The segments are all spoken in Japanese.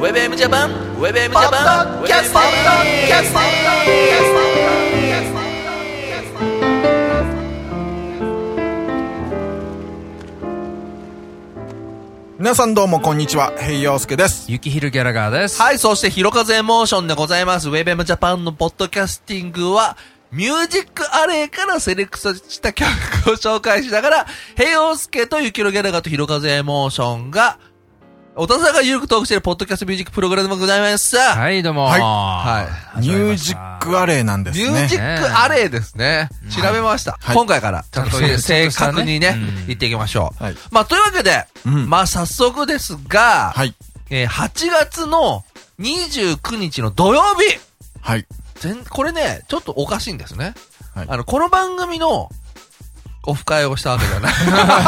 WebM ジャパン WebM ジャパン Podcast, podcast, podcast, podcast, podcast, podcast. 皆さんどうもこんにちは、平洋介です。ゆきひるギャラガーです。はい、そして、ひろかずエモーションでございます。WebM ジャパンのポッドキャスティングは、ミュージックアレイからセレクトした曲を紹介しながら、平洋介とゆきろギャラガーとひろかずエモーションが、おたさがゆるくトークしているポッドキャストミュージックプログラムでございます。はい。はい、どうも。はいはミュージックアレイなんですミね。ュージックアレイですね。調べました。はい今回から、ちゃんとはい正確にね、うん言っていきましょう。はいまあ、というわけで、うんまあ、早速ですが、はい。えー8月の29日の土曜日はい。全これね、ちょっとおかしいんですね。はいあの、この番組のオフ会をしたわけじ ゃない。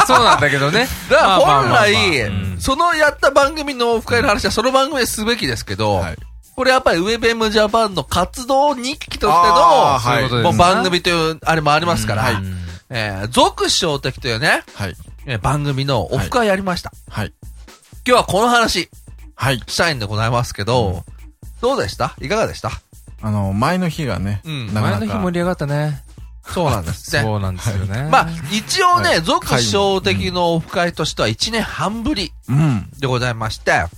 そうなんだけどね。だからまあまあ本まあまあ来、うんそのやった番組のオフ会の話はその番組ですべきですけど、はいこれやっぱりウェブエムジャパンの活動日記とあしーそういうこてとでの、もうす番組という、あれもありますから、はいうんえー、俗師匠的というね、はい。えー番組のオフ会やりました。はい。今日はこの話はい。したいんでございますけど、どうでしたいかがでしたあの、前の日がね、うんなか前のな日か盛。り上がったね。そうなん ですね。そうなんですよね。まあ、一応はね、い俗称的のオフ会としては1年半ぶりうん。でございまして、あ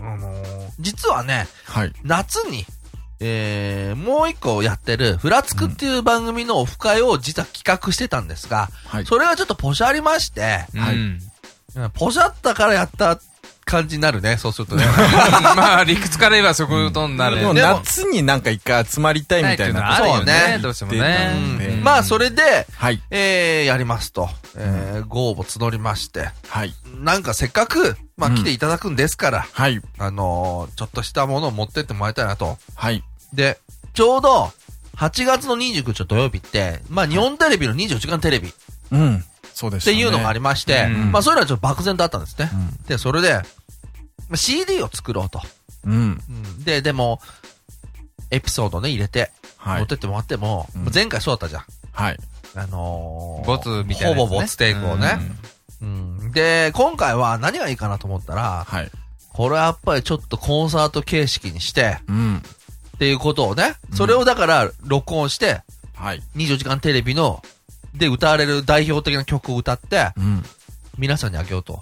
のー実はね、はい。夏に、えー、もう一個やってる、ふらつくっていう番組のオフ会を実は企画してたんですが、はい。それがちょっとポシャりまして、うん、はいポシャったからやった感じになるね、そうするとね。 まあ、理屈から言えばそういうことになる。でもね夏になんか一回集まりたいみたいのなはこあそうとるよねね。どうしてもでね。うんまあ、それで、はい。えー、やりますと、えー、ご応募募りまして、はい。なんかせっかく、まあ、うん来ていただくんですから、はい。あのーちょっとしたものを持ってってもらいたいなと。はい。で、ちょうど、8月の29日の土曜日って、まあ日本テレビの24時間テレビっうん。そうですていうのがありままして、うんまあそういうのはちょっと漠然とあったんですね。す。で、それで、まあ CD を作ろうと。うん。うん。うんで、でも、エピソードね、入れて、は持いって。ってもらっても、うんもう前回そうだったじゃん。はい。あのー、ボツみたいなやつねほぼボツテイクをね。うんで、今回は何がいいかなと思ったら、はい。これはやっぱりちょっとコンサート形式にして、うん。っていうことをね、それをだから録音して、はい。 24時間テレビの、で歌われる代表的な曲を歌って、うん。皆さんにあげよう と。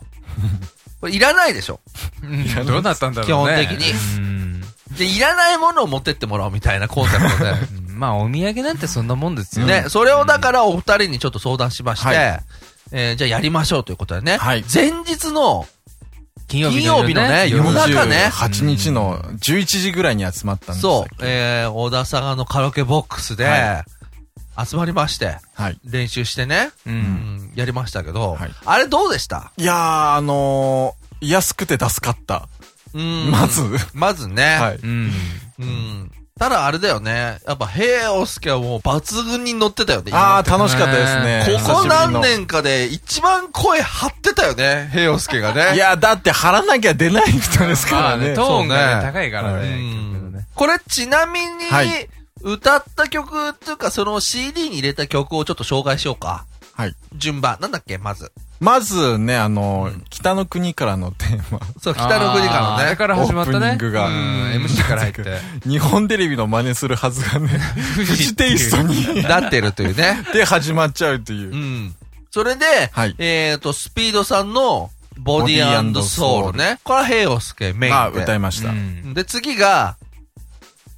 これいらないでしょ。うんいやどうなったんだろうね。基本的にうんで、いらないものを持ってってもらおうみたいなコンセプトで。うんまあ、お土産なんてそんなもんですよ。ね、それをだからお二人にちょっと相談しまして、はいえーじゃあやりましょうということでね、はい前日の金金曜日のね、夜中ね、 8日の11時ぐらいに集まったんですそう、えー、小田坂のカラオケボックスで、は集まりまして、はい。練習してね、う。うんん、やりましたけど、はいあれどうでしたいやー、あのー、安くて助かった。うんまず。まずね、はい。うん。うん。ただあれだよね、やっぱ平洋介はもう抜群に乗ってたよね。あー、今楽しかったですね。ーここ何久しぶり年かで一番声張ってたよね、平洋介がね。のいや、だって貼らなきゃ出ない人ですかまあらね、ね。トーンがねそうね高いからうねう結局んね。これちなみに、はい歌った曲っていうか、その CD に入れた曲をちょっと紹介しようか。はい。順番。なんだっけまず。まずね、あのうんー、北の国からのテーマ。そう、北の国かあーあられね。から始まったね。オープニングがうん MC から入って。日本テレビの真似するはずがね、フジテイストに。なってるというね。で始まっちゃうというう。ん。それで、はいえっ、と、スピードさんのボディソウルね。これは平洋介メインで。まあ、歌いましたう。んで、次が、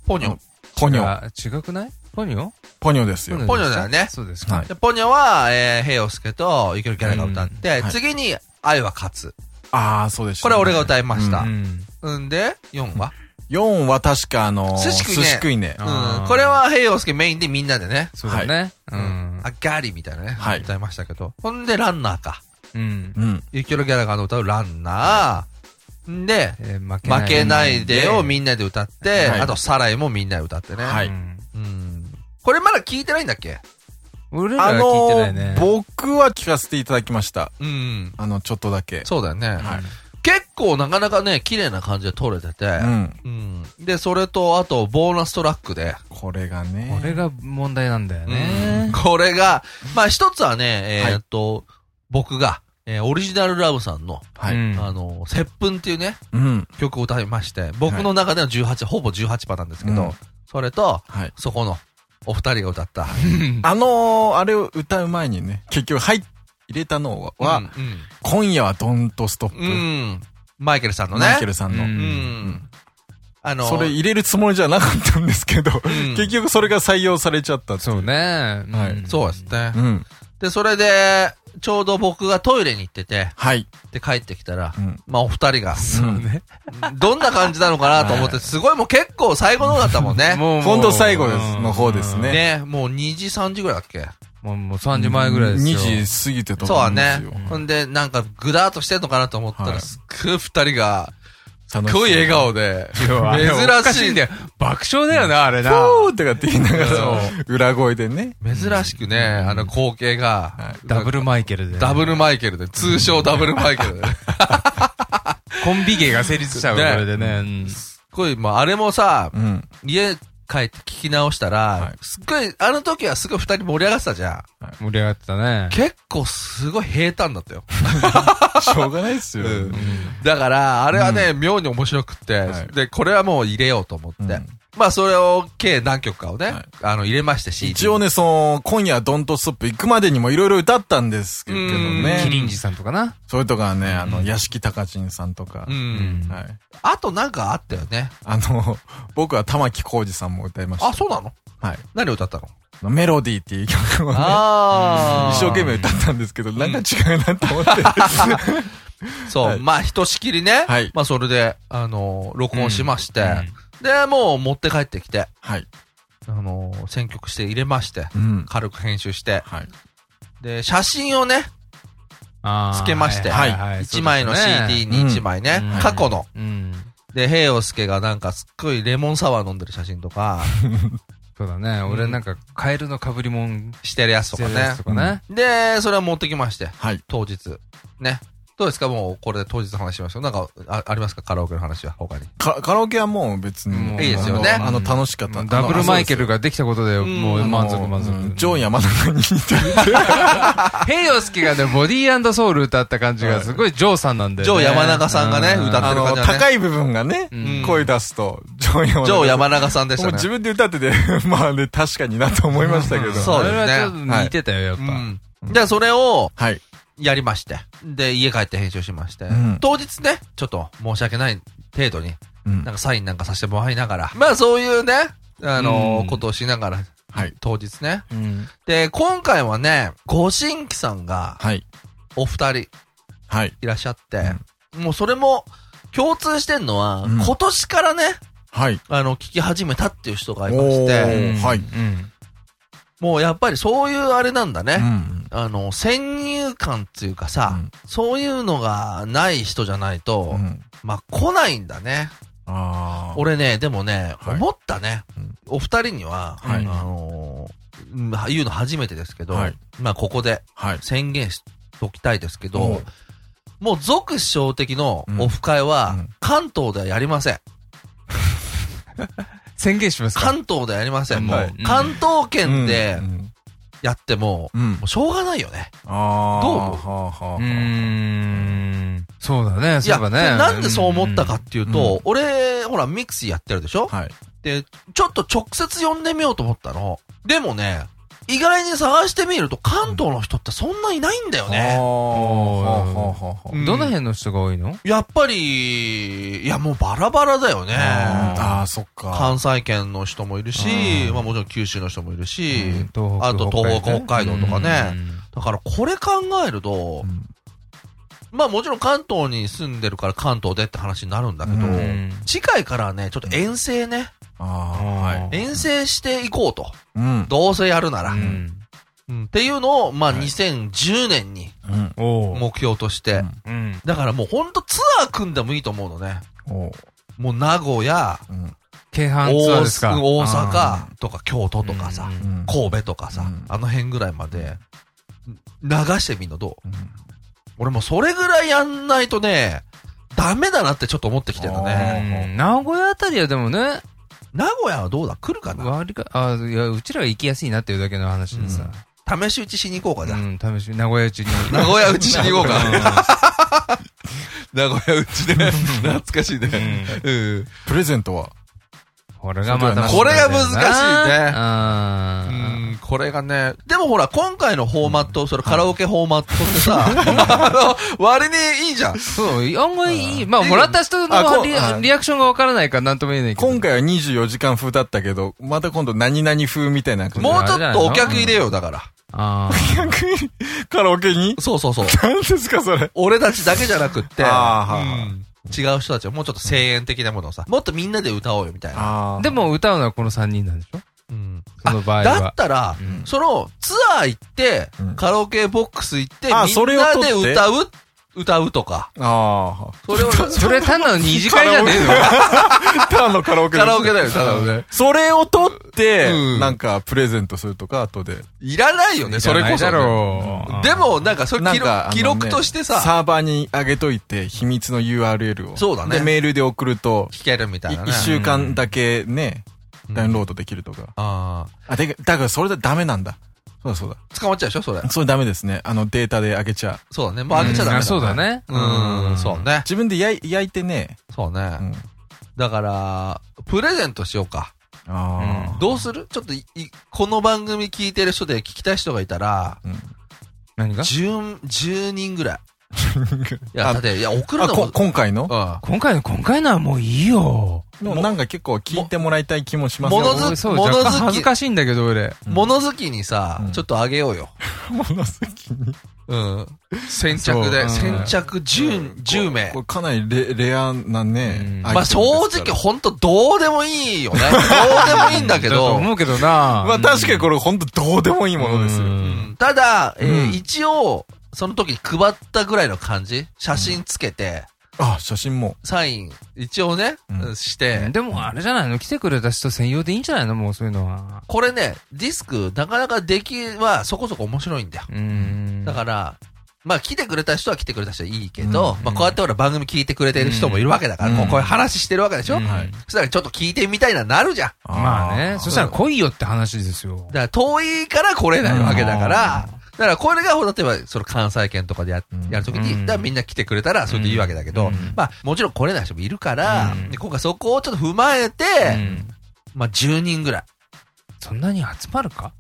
ポニョ。ポニョ。あ違くないポニョポニョですよ。ポニョだよねそうですはかい。でポニョは、えー、平洋介とゆきるキャラが歌って、んはい次に、愛は勝つ。あー、そうでしたこね。れは俺が歌いました。ううんん。んで、4は4は確かあのー、寿司食いねいね。あーうん。これは平洋介メインでみんなでね。そうだね。ううんん。。あ、ガリみたいなね。はい歌いましたけど。ほんで、ランナーか。うん。うん。ゆきろギャラガーの歌うランナー。んで、えー負けないでをみんんなで歌って、はいあと、サライもみんなで歌ってね。はいうんうん。これまだ聞いてないんだっけ俺らあは聞いてなのいねー、。僕は聞かせていただきました。うん。あの、ちょっとだけ。そうだよね。はい。結構なかなかね、綺麗な感じで撮れてて。うん。うん。で、それと、あと、ボーナストラックで。これがね。これが問題なんだよね。これが、まあ一つはね、えーっと、僕が、えーオリジナルラブさんの、はい。うんあの、接吻っていうね、うん。曲を歌いまして、僕の中では18、ほぼ18番なんですけど、うんそれと、はい。そこの、お二人が歌った。あのー、あれを歌う前にね、結局、はい、入れたのは、う今夜はドンとストップ。ん、うん。うん。マイケルさんのね。マイケルさんの。ううんん。あの、それ入れるつもりじゃなかったんですけど、ん結局それが採用されちゃったっていそうね。はうんいそうですね。うん。で、それで、ちょうど僕がトイレに行ってて、はい。で帰ってきたら、うんまあお二人が、 そうね。どんな感じなのかなと 思って、すごいもう結構最後の方だったもんね。もほんと最後ですの方ですねね、もう2時3時ぐらいだっけもう、もう3時前ぐらいですよ。 2時過ぎてたそとう思だうんですねよ。。ほんで、なんか、ぐだーっとしてんのかなと思ったはら、いすっごい二人が、すすっごい笑。顔で、珍珍ししいいんだよ。爆笑だよな、あれな。ふーとかって言いながら、裏声でね。珍しくね、あの光景がは、ダブルマイケルで。ダブルマイケルで、通称ダブルマイ ケルで。すコンビ芸が成立しちゃうよ、ねこれでね。うんっごい、まあ、あれもさう、ん。家帰って聞き直したらい、すっごい、あの時はすごい二人盛り上がってたじゃん。盛り上がってたね。結構すごい平坦だったよ。しょうがないっすよ。うんだから、あれはね、妙に面白くって、はいで、これはもう入れようと思って。うんまあ、それを計何曲かをね、はいあの、入れまして、CD。一応ね、その、今夜ドンとストップ行くまでにもいろいろ歌ったんですけどうんキね。リンジさんとかな。それとかね、あの、屋敷隆人さんとかう。ん。はい。あとなんかあったよね。あの、 僕は玉置浩二さんも歌いました。あ、そうなのはい。何歌ったのメロディーっていう曲をね、あ一生懸命歌ったんですけど、なんか違うなと 思って。そう、はいまあ、ひとしきりね。はいまあ、それで、あのー、録音しまして、うんで、もう持って帰ってきて、はい。あのー、選曲して入れまして、うん。軽く編集して、はい。で、写真をね、あーつけまして、はい1枚の CD。に1枚ね、うん過去の、うん。で、平洋介がなんかすっごいレモンサワー飲んでる写真と か、そうだね。俺なんか、カエルの被り物してるやつとしてかるやねつ。とかね。で、それは持ってきまして、はい。当日。ね。どうですかもうこれで当日の話しましょう。なんか、あありますかカラオケの話は他に。かカラオケはもう別に。もういいですよねあの、あの楽しかった。ダブルマイケルが。ができたことで、んもう満足あの満うん足。ジョン山中に似てる。 ヘイヨスケがね、ボディーソウル歌った感じがすごいジョーさんなんで。ジョー山中さんがねう歌っあてるの、感じだね高い部分がねうん、声出すと、ジョン山中。ジョー山中さんでしたもう自ね。分で歌ってて、 まあね、確かになと思いましたけど。そうですねあれはちょっと似てたよ、やっうぱ。ん。で、それをはい。やりまして。で、家帰って編集しまして。うん当日ね、ちょっと申し訳ない程度に、うんなんかサインなんかさせてもらいながら。まあそういうね、あのーうんことをしながら、はい。当日ね。うんで、今回はね、ご新規さんがはい。お二人はい。いらっしゃって、もうそれも共通してんのは、うん今年からね、はい。あの、聞き始めたっていう人がいましおて、ーはい。うんもうやっぱりそういうあれなんだね。うんあの、先入観っていうかうさ、んそういうのがない人じゃないと、うんまあ来ないんだね。あー俺ね、でもね、はい思ったねうん。お二人には、はいあのーうん言うの初めてですけど、はいまあここではい。宣言しときたいですけど、うんもう俗師匠的のオフ会はうんうん、関東ではやりません。宣言しますか関東ではやりません。もはうい、関東圏でうんやっても、うん。もうしょうがないよね。ああ。どうは思うあはあうーん。そうだね、いそういや、えばね。なんでそう思ったかっていううんうと、俺、ほら、ミクシーやってるでしょはい。で、ちょっと直接呼んでみようと思ったの。でもね、意外に探してみると、関東の人ってそんないないんだよあーね。はあはあはあううんんどの辺の人が多いのやっぱり、いや、もうバラバラだよね。ああ、そっか。関西圏の人もいるし、まあもちろん九州の人もいるし、東あと東北北海道とかね。だからこれ考えると、うんまあもちろん関東に住んでるから関東でって話になるんだけど、うんうん次回からね、ちょっと遠征ね、ああ、うはい。ん遠征していこうと。うん。どうせやるなら。ううんんっていうのを、まあはい2010年にうん。おー目標として。うんうんだからもうほんとツアー組んでもいいと思うのね。おうもう名古屋、うん。京大阪ツアーですか大阪とか京都とかさ。うんうん神戸とかさ、うんあの辺ぐらいまで、流してみんのどううん。俺もうそれぐらいやんないとね、ダメだなってちょっと思ってきてたあね。うん名古屋あたりはでもね、名古屋はどうだ来るかな割りか、あいや、うちらが行きやすいなっていうだけの話でさ。試し打ちしに行こうか、じゃあ。うん、試し、名古屋うち に。名古屋打ちしに行こうか。か。名古屋うちで。懐かしいね。うん。プレゼントはこれがまた、これが難しいねあうーん、これがね。でもほら、今回のフォーマット、それカラオケフォーマットってさ、あの、割にいいじゃん。そう、案外いい。まあ、もらった人あこのうリあリアクションがわからないからなんとも言えないけど。今回は24時間風だったけど、また今度何々風みたいな感じ。もうちょっとお客入れよう、だから。あー逆にカラオケにそうそうそう。何ですかそれ。俺たちだけじゃなくって、うあーはいはいん違う人たちはもうちょっと声援的なものをさ、もっとみんなで歌おうよみたいな。あ でも歌うのはこの3人なんでしょうんその場合だっは。たら、うんそのツアー行って、うんカラオケボックス行って、みんあなそれを撮ってで歌う、歌うと か。ああ。それを、それ単なる二次会じゃねえの ただのカラオケですカラオケだよただのね。それを取って、うんなんかプレゼントするとか、後で。いらないよね、 それこそだね、ろう。でも、なんか、それなん記録か、記録としてあのねさ、サーバーに上げといて、秘密の URL を。そうだねで、メールで送ると、聞けるみたいなね。 1週間だけね、うんダウンロードできるとか。ああ、で、だからそれでダメなんだ。そうだそうだ。あ。捕まっちゃうでしょ、それ。それダメですね。あの、データで上げちゃ。そうだね。もうあげちゃダメだ、うんそうだ。ね。うん、そうね。自分で焼い焼いてね。そうねう。ん。だから、プレゼントしようか。あどうするちょっとい、いこの番組聞いてる人で聞きたい人がいたら、あ。うん。何が10、10人ぐらい。いや、あだって、いや、送るあ、のこも、今回のう今回の、今回のはもういいよ。でもなんか結構聞いてもらいたい気もしますものよ。づ俺そう、ものづき若干恥ずかしいんだけど、俺。ん。物好きにさ、うんちょっとあげようよ。もの好きに。うん。先着そううで、ん先着10、10名こ。れかなりレレアなね。うんアイテムですからまあ正直ほんとどうでもいいよね。どうでもいいんだけだとど。思うけどな。まあ確かにこれ本当どうでもいいものですよ。うんうんただ、えーうん一応、その時に配ったぐらいの感じ写真つけて、あ、写真も。サイン、一応ね、うんして、でもあれじゃないの来てくれた人専用でいいんじゃないのもうそういうのは。これね、ディスク、なかなか出来はそこそこ面白いんだよ。うん。だから、まあ来てくれた人は来てくれた人はいいけど、うんまあこうやってほら番組聞いてくれてる人もいるわけだから、うんこうこういう話してるわけでしょ、うんはいそしたらちょっと聞いてみたいななるじゃん。まあね。そしたらうん来いよって話ですよ。だから遠いから来れないわけだから、だからこれが、例えば、その関西圏とかでやうんやるときうに、んだからみんな来てくれたら、それでいいわけだけうどん、まあ、もちろん来れない人もいるからうん、で今回そこをちょっと踏まえて、うんまあ、10人ぐらい。そんなに集まるか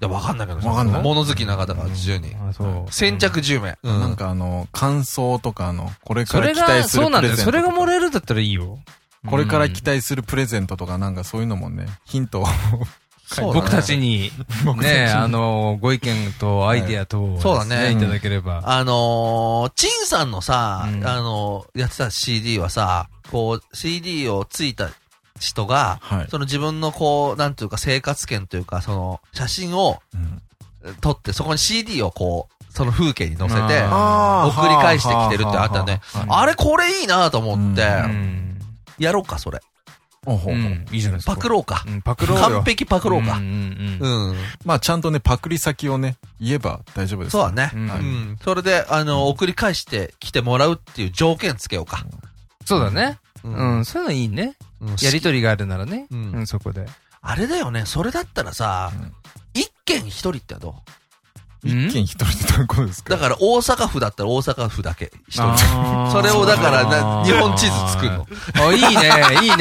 いやわかんないけど、わかんない物好きな方が10人。あ、そう。先着10名。うなんん。かあの、感想とかあの、これかそられ期待が、するそうプレゼントとか。なんだよ。それがもらえるんだったらいいよ。これから期待するプレゼントとかなんかそういうのもね、ヒントを。そうだね僕た ち。に、ね、あの、ご意見とアイディアと、そうだねいただければ。あのー、陳さんのさ、うんあのー、やってた CD はさ、こう、CD をついた人が、はい。その自分のこう、なんていうか生活圏というか、その、写真を、うん撮って、そこに CD をこう、その風景に載せて、ああー送り返してきてるってあったね。はあはあはああれこれいいなと思って、ううん。やろうか、それ。ほうほうほううんいいじゃないですか。パクろうかう。ん。パクろうよ。完璧パクろうかん。ん。うんん。まあちゃんとね、パクリ先をね、言えば大丈夫です。そうだうね。んうはいん。それで、あの、送り返してきてもらうっていう条件つけようか。そうだね。うう。ん、そういうのいいね。うんやりとりがあるならね。ううんん、そこで。あれだよね、それだったらさうん、一軒一人ってど一軒一人でどういうことですうだかから大阪府だったら大阪府だけ一人。そそれをだからな、日本地図作るの。。あ、いいね、いい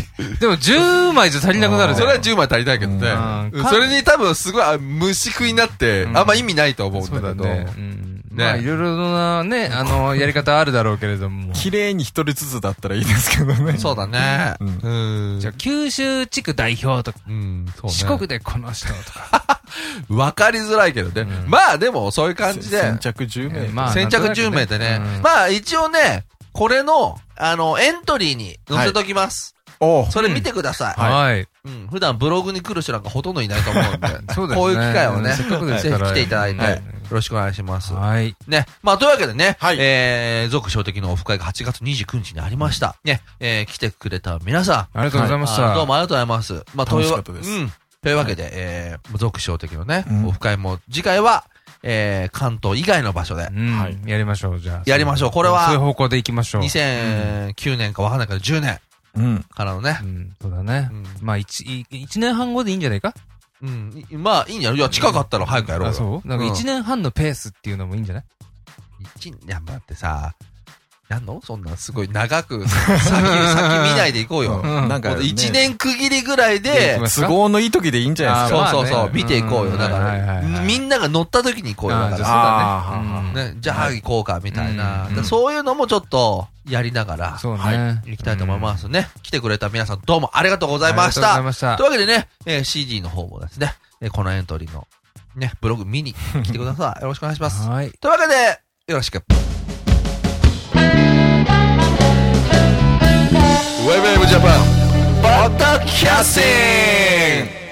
ね。でも10枚じゃ足りなくなるじそゃれん。は10枚足りないけどねう。んそれに多分すごいあ虫食いになって、うんあんま意味ないと思うんだけど。うんねまあ、いろいろなね、あの、やり方あるだろうけれど も。綺麗に一人ずつだったらいいですけどね。そうだね。うんうん。じゃあ九州地区代表とか、うん、そうね。四国でこの人とか。わかりづらいけどね。うんまあでも、そういう感じで、先着10名。 まあ先着10名でね。まあ一応ね、これの、あの、エントリーに載せときます。おうそれ見てください、はい。うん。普段ブログに来る人なんかほとんどいないと思うんで。 そうですねこういう機会をね、うんせっかくですぜかひら来ていただいて、はいよろしくお願いします。はい。ね。まあ、というわけでね、はいえー、続小的のオフ会が8月29日にありました。ね、えー、来てくれた皆さん。ありがとうございました。あどうもありがとうございます。まあ、というわ楽しかったですうん。というわけで、えー、続小的のね、うんオフ会も、次回は、えー、関東以外の場所でう、んはいやりましょう、じゃあ。やりましょうこれはそういう方向でいきましょう。 2009年かわかんないけど、10年うん。からのねう、ん、そうだねうん。まあ、一、一一年半後でいいんじゃないかうん。いまあ、いいんやろいや、近かったら早くやろうよ。あ、そうなんか1年半のペースっていうのもいいんじゃない一年、いや、待ってさ、やんのそんな、すごい長く、先、 先見ないでいこうよ。うんなんかね、一年区切りぐらいでで行き、ます都合のいい時でいいんじゃないですそうか。そうまそあう、ね見ていこううよ。んだはいはいかはいら、みんなが乗った時に行こうよ。あだーじかゃあそうだあーねら、ね、じゃあ、は行こうか、みたいな。うんだからそういうのもちょっと、やりながうんら、そうねは。い行きたいと思いますね。来てくれた皆さん、どうもありがとうございましたありがとうござい。ましたという。わけでね、えー CD の方もですね、えーこのエントリーの、ね、ブログ見に来てください。よろしくお願いします。はい。というわけで、よろしく。ウェブウェブジャパン、バタキャスティング